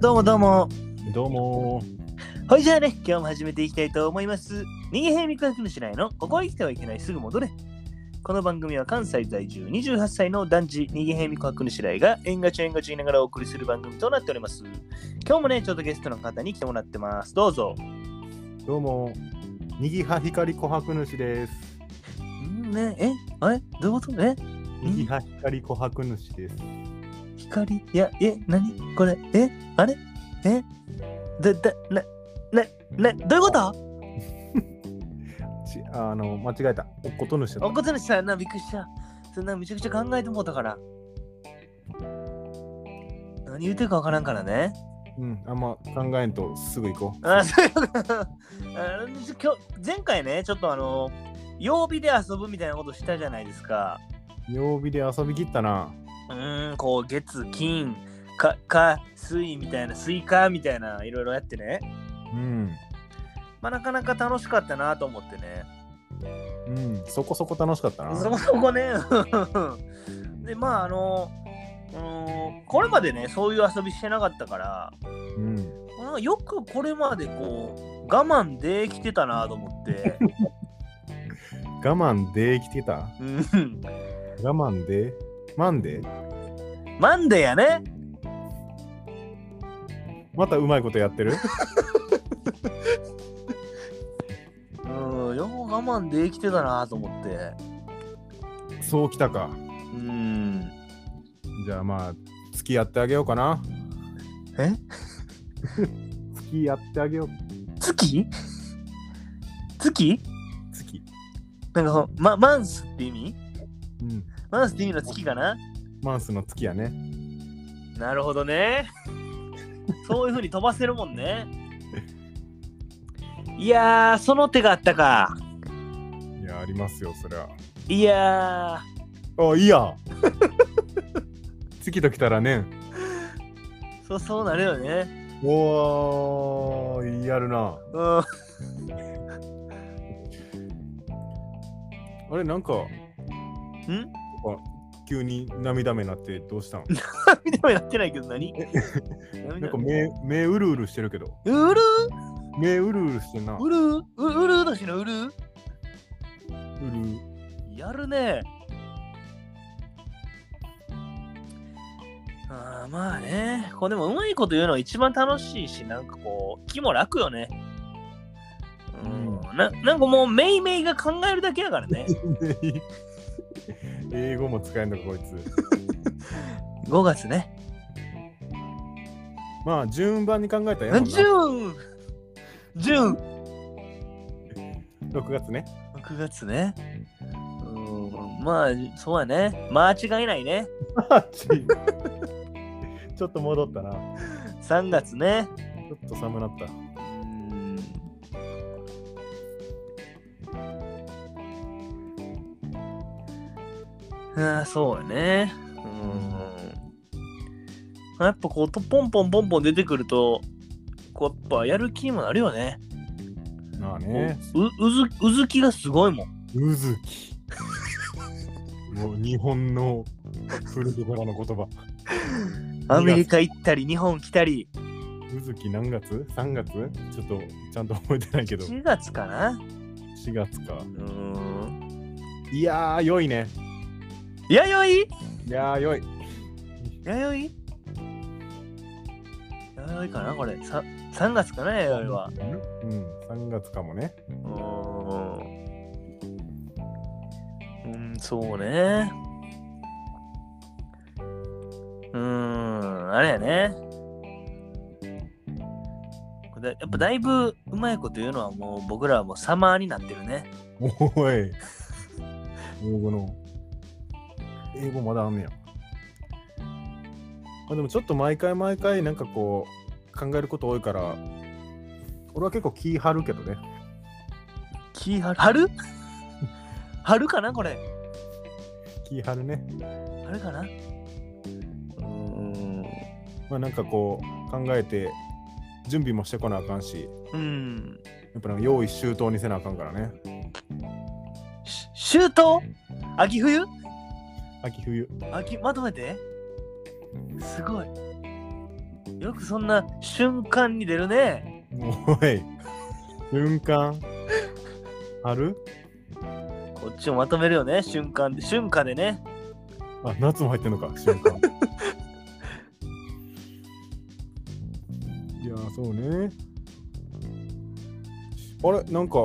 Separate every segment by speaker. Speaker 1: どうもどうも。
Speaker 2: どうも
Speaker 1: ほいじゃあね、今日も始めていきたいと思います。逃げへみかくのしないの、ここへ来てはいけない、すぐ戻れ。この番組は関西在住28歳の男児、逃げへみかくのしらいが、縁がちょ縁がち言いながらお送りする番組となっております。今日もね、ちょっとゲストの方に来てもらってます。どうぞ。
Speaker 2: どうも右派光琥珀主です
Speaker 1: んね、え、あれどういうことえ
Speaker 2: 右派光琥珀主です
Speaker 1: 光いや、え、なにこれ、え、あれえ、だ、だ、な、な、な、どういうこと
Speaker 2: ちあの間違えたおっこと主だ
Speaker 1: お
Speaker 2: っ
Speaker 1: こつのしさんな、びっくりした。そんなめちゃくちゃ考えてもうたから。何言うてるかわからんからね。
Speaker 2: たうんあんま考えんとすぐ行こう
Speaker 1: あ、そういうこと。あちょ今日、前回ね、ちょっとあの、曜日で遊ぶみたいなことしたじゃないですか。
Speaker 2: 曜日で遊びきったな
Speaker 1: うーん、こう、月、金、か、か、水みたいな、スイカみたいな、いろいろやってね。
Speaker 2: うん
Speaker 1: まあ、なかなか楽しかったなと思ってね。
Speaker 2: うんそこそこ楽しかったな
Speaker 1: そこそこね。 で、まあ、あの、うんこれまでね、そういう遊びしてなかったから、
Speaker 2: うん
Speaker 1: なんかよくこれまでこう、我慢できてたなと思って。
Speaker 2: 我慢できてた
Speaker 1: うん
Speaker 2: 我慢でマンで
Speaker 1: マンデーやね。
Speaker 2: またうまいことやってる
Speaker 1: うん、よく我慢できてたなと思って。
Speaker 2: そうきたか
Speaker 1: うん。
Speaker 2: じゃあまあ付き合ってあげようかな
Speaker 1: え
Speaker 2: 付き合ってあげよう
Speaker 1: 月月
Speaker 2: 月
Speaker 1: なんかその、ま、マンスって意味
Speaker 2: うん
Speaker 1: マンスって意味の月かな
Speaker 2: マンスの月やね
Speaker 1: なるほどね。そういうふうに飛ばせるもんね。いやー、その手があったか。
Speaker 2: いやありますよそりゃ
Speaker 1: いや
Speaker 2: あいいや ん月ときたらね
Speaker 1: ー、そうそうなるよね。
Speaker 2: おーやるな
Speaker 1: うん。
Speaker 2: あれなんか
Speaker 1: ん
Speaker 2: 急に涙目になってどう したん
Speaker 1: 見た目なってないけど何
Speaker 2: なんか目目うるうるしてるけど
Speaker 1: うる
Speaker 2: 目うるうるしてんな
Speaker 1: うるううるう年のうる
Speaker 2: うるう
Speaker 1: やるねあーまあねこうでもうまいこと言うのは一番楽しいしなんかこう気も楽よねうんななんかもうめいめいが考えるだけやからね
Speaker 2: 英語も使えんのかこいつ
Speaker 1: 5月ね
Speaker 2: まあ順番に考えたらやもん
Speaker 1: ジ
Speaker 2: な
Speaker 1: ューンジューン
Speaker 2: 6月 ね
Speaker 1: 6月ねうんまあそうやね間違いないね
Speaker 2: あっちちょっと戻ったなち
Speaker 1: 3月ね
Speaker 2: ょっと寒なった
Speaker 1: うんああそうやねうんやっぱこうとポンポンポンポン出てくるとこうやっぱやる気にもなるよね
Speaker 2: まあね
Speaker 1: ううずうずきがすごいもん
Speaker 2: うずき。もう日本の古くからの言葉。
Speaker 1: アメリカ行ったり日本来たり
Speaker 2: うずき何月 ?3 月ちょっとちゃんと覚えてないけど、
Speaker 1: 4月かな
Speaker 2: 4月か。
Speaker 1: うん
Speaker 2: いやー、良いね。
Speaker 1: 弥
Speaker 2: いやー、良い。
Speaker 1: 生弥生弥生かなこれさ3月かな弥生は
Speaker 2: うん、3月かもね。
Speaker 1: うーん、うん、そうね。うーん、あれやね。これやっぱだいぶうまいこと言うのはもう僕らはもうサマーになってるね。
Speaker 2: おい。英語の。英語まだあんねや。まあ、でもちょっと毎回毎回なんかこう、考えること多いから、俺は結構気張るけどね。
Speaker 1: 気張る 春春かなこれ。
Speaker 2: 気張るね。
Speaker 1: 春かなうーん。
Speaker 2: まあなんかこう考えて準備もしてこなあかんし
Speaker 1: うん。
Speaker 2: やっぱなんか用意周到にせなあかんからね
Speaker 1: し秋冬秋冬
Speaker 2: 秋冬
Speaker 1: 秋まとめてすごいよくそんな瞬間に出るね。
Speaker 2: おい。瞬間。ある
Speaker 1: こっちもまとめるよね、瞬間で。瞬間でね。
Speaker 2: あ、夏も入ってんのか、瞬間。いやー、そうね。あれ、なんか、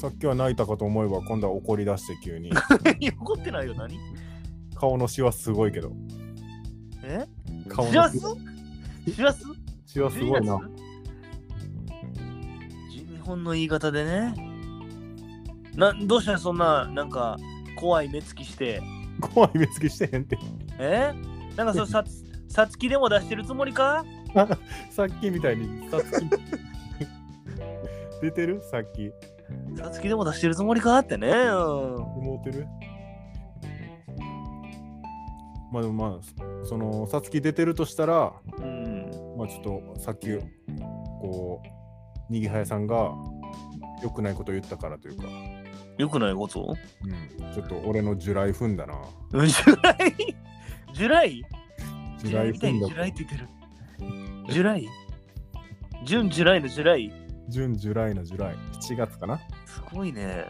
Speaker 2: さっきは泣いたかと思えば、今度は怒り出して急に。
Speaker 1: いや怒ってないよ、何
Speaker 2: 顔のシワすごいけど。
Speaker 1: え
Speaker 2: 顔の
Speaker 1: しらすしらす
Speaker 2: シワすごいな。。
Speaker 1: じ日本の言い方でね。などうしたのそんな、なんか、怖い目つきして。
Speaker 2: 怖い目つきしてへんって。
Speaker 1: えなん かそのさつ、さつきでも出してるつもりか
Speaker 2: さっきみたいに、さ っき。出てるさっき。
Speaker 1: さつきでも出してるつもりかってね。うん
Speaker 2: 思ってるまあでもまあそのさつき出てるとしたら
Speaker 1: うん。
Speaker 2: まあちょっとさっきこうにぎはやさんが良くないこと言ったからというか、
Speaker 1: よくないこと
Speaker 2: うん、ちょっと俺の地雷踏んだな
Speaker 1: うんジュライジュライ
Speaker 2: 地雷
Speaker 1: みたい
Speaker 2: 踏
Speaker 1: に
Speaker 2: んだ
Speaker 1: ジュライって言ってる。ジュライ純ジュライのジュライ
Speaker 2: 準地雷の地雷7月かな
Speaker 1: すごいね。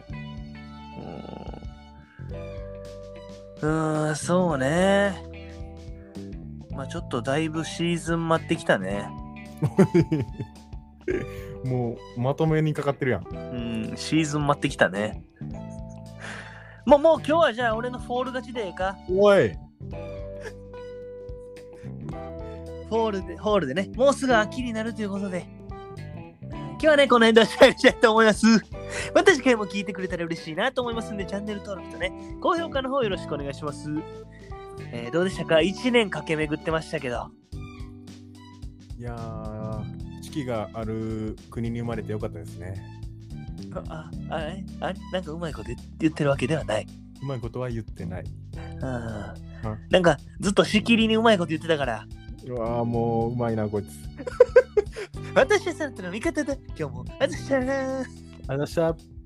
Speaker 1: うーん、うーんそうね。まあちょっとだいぶシーズン待ってきたね。
Speaker 2: もうまとめにかかってるやん
Speaker 1: うん、シーズン待ってきたね。もうもう今日はじゃあ俺のフォール勝ちでええか。
Speaker 2: おい
Speaker 1: フォールで、ホールでね、もうすぐ秋になるということで、今日はね、この辺でおしまいにしたいと思います。また次回も聞いてくれたら嬉しいなと思いますんで、チャンネル登録とね、高評価の方よろしくお願いします。えーどうでしたか ?1 年駆け巡ってましたけど。
Speaker 2: いやー四季がある国に生まれてよかったですね
Speaker 1: あ、ああれあれなんかうまいこと言言ってるわけではない。
Speaker 2: うまいことは言ってない
Speaker 1: うん。なんかずっとしきりにうまいこと言ってたから、
Speaker 2: うわーもううまいなこいつ
Speaker 1: 私はさんとの味方だ。今日も、あずっしゃー。
Speaker 2: ありがとうございました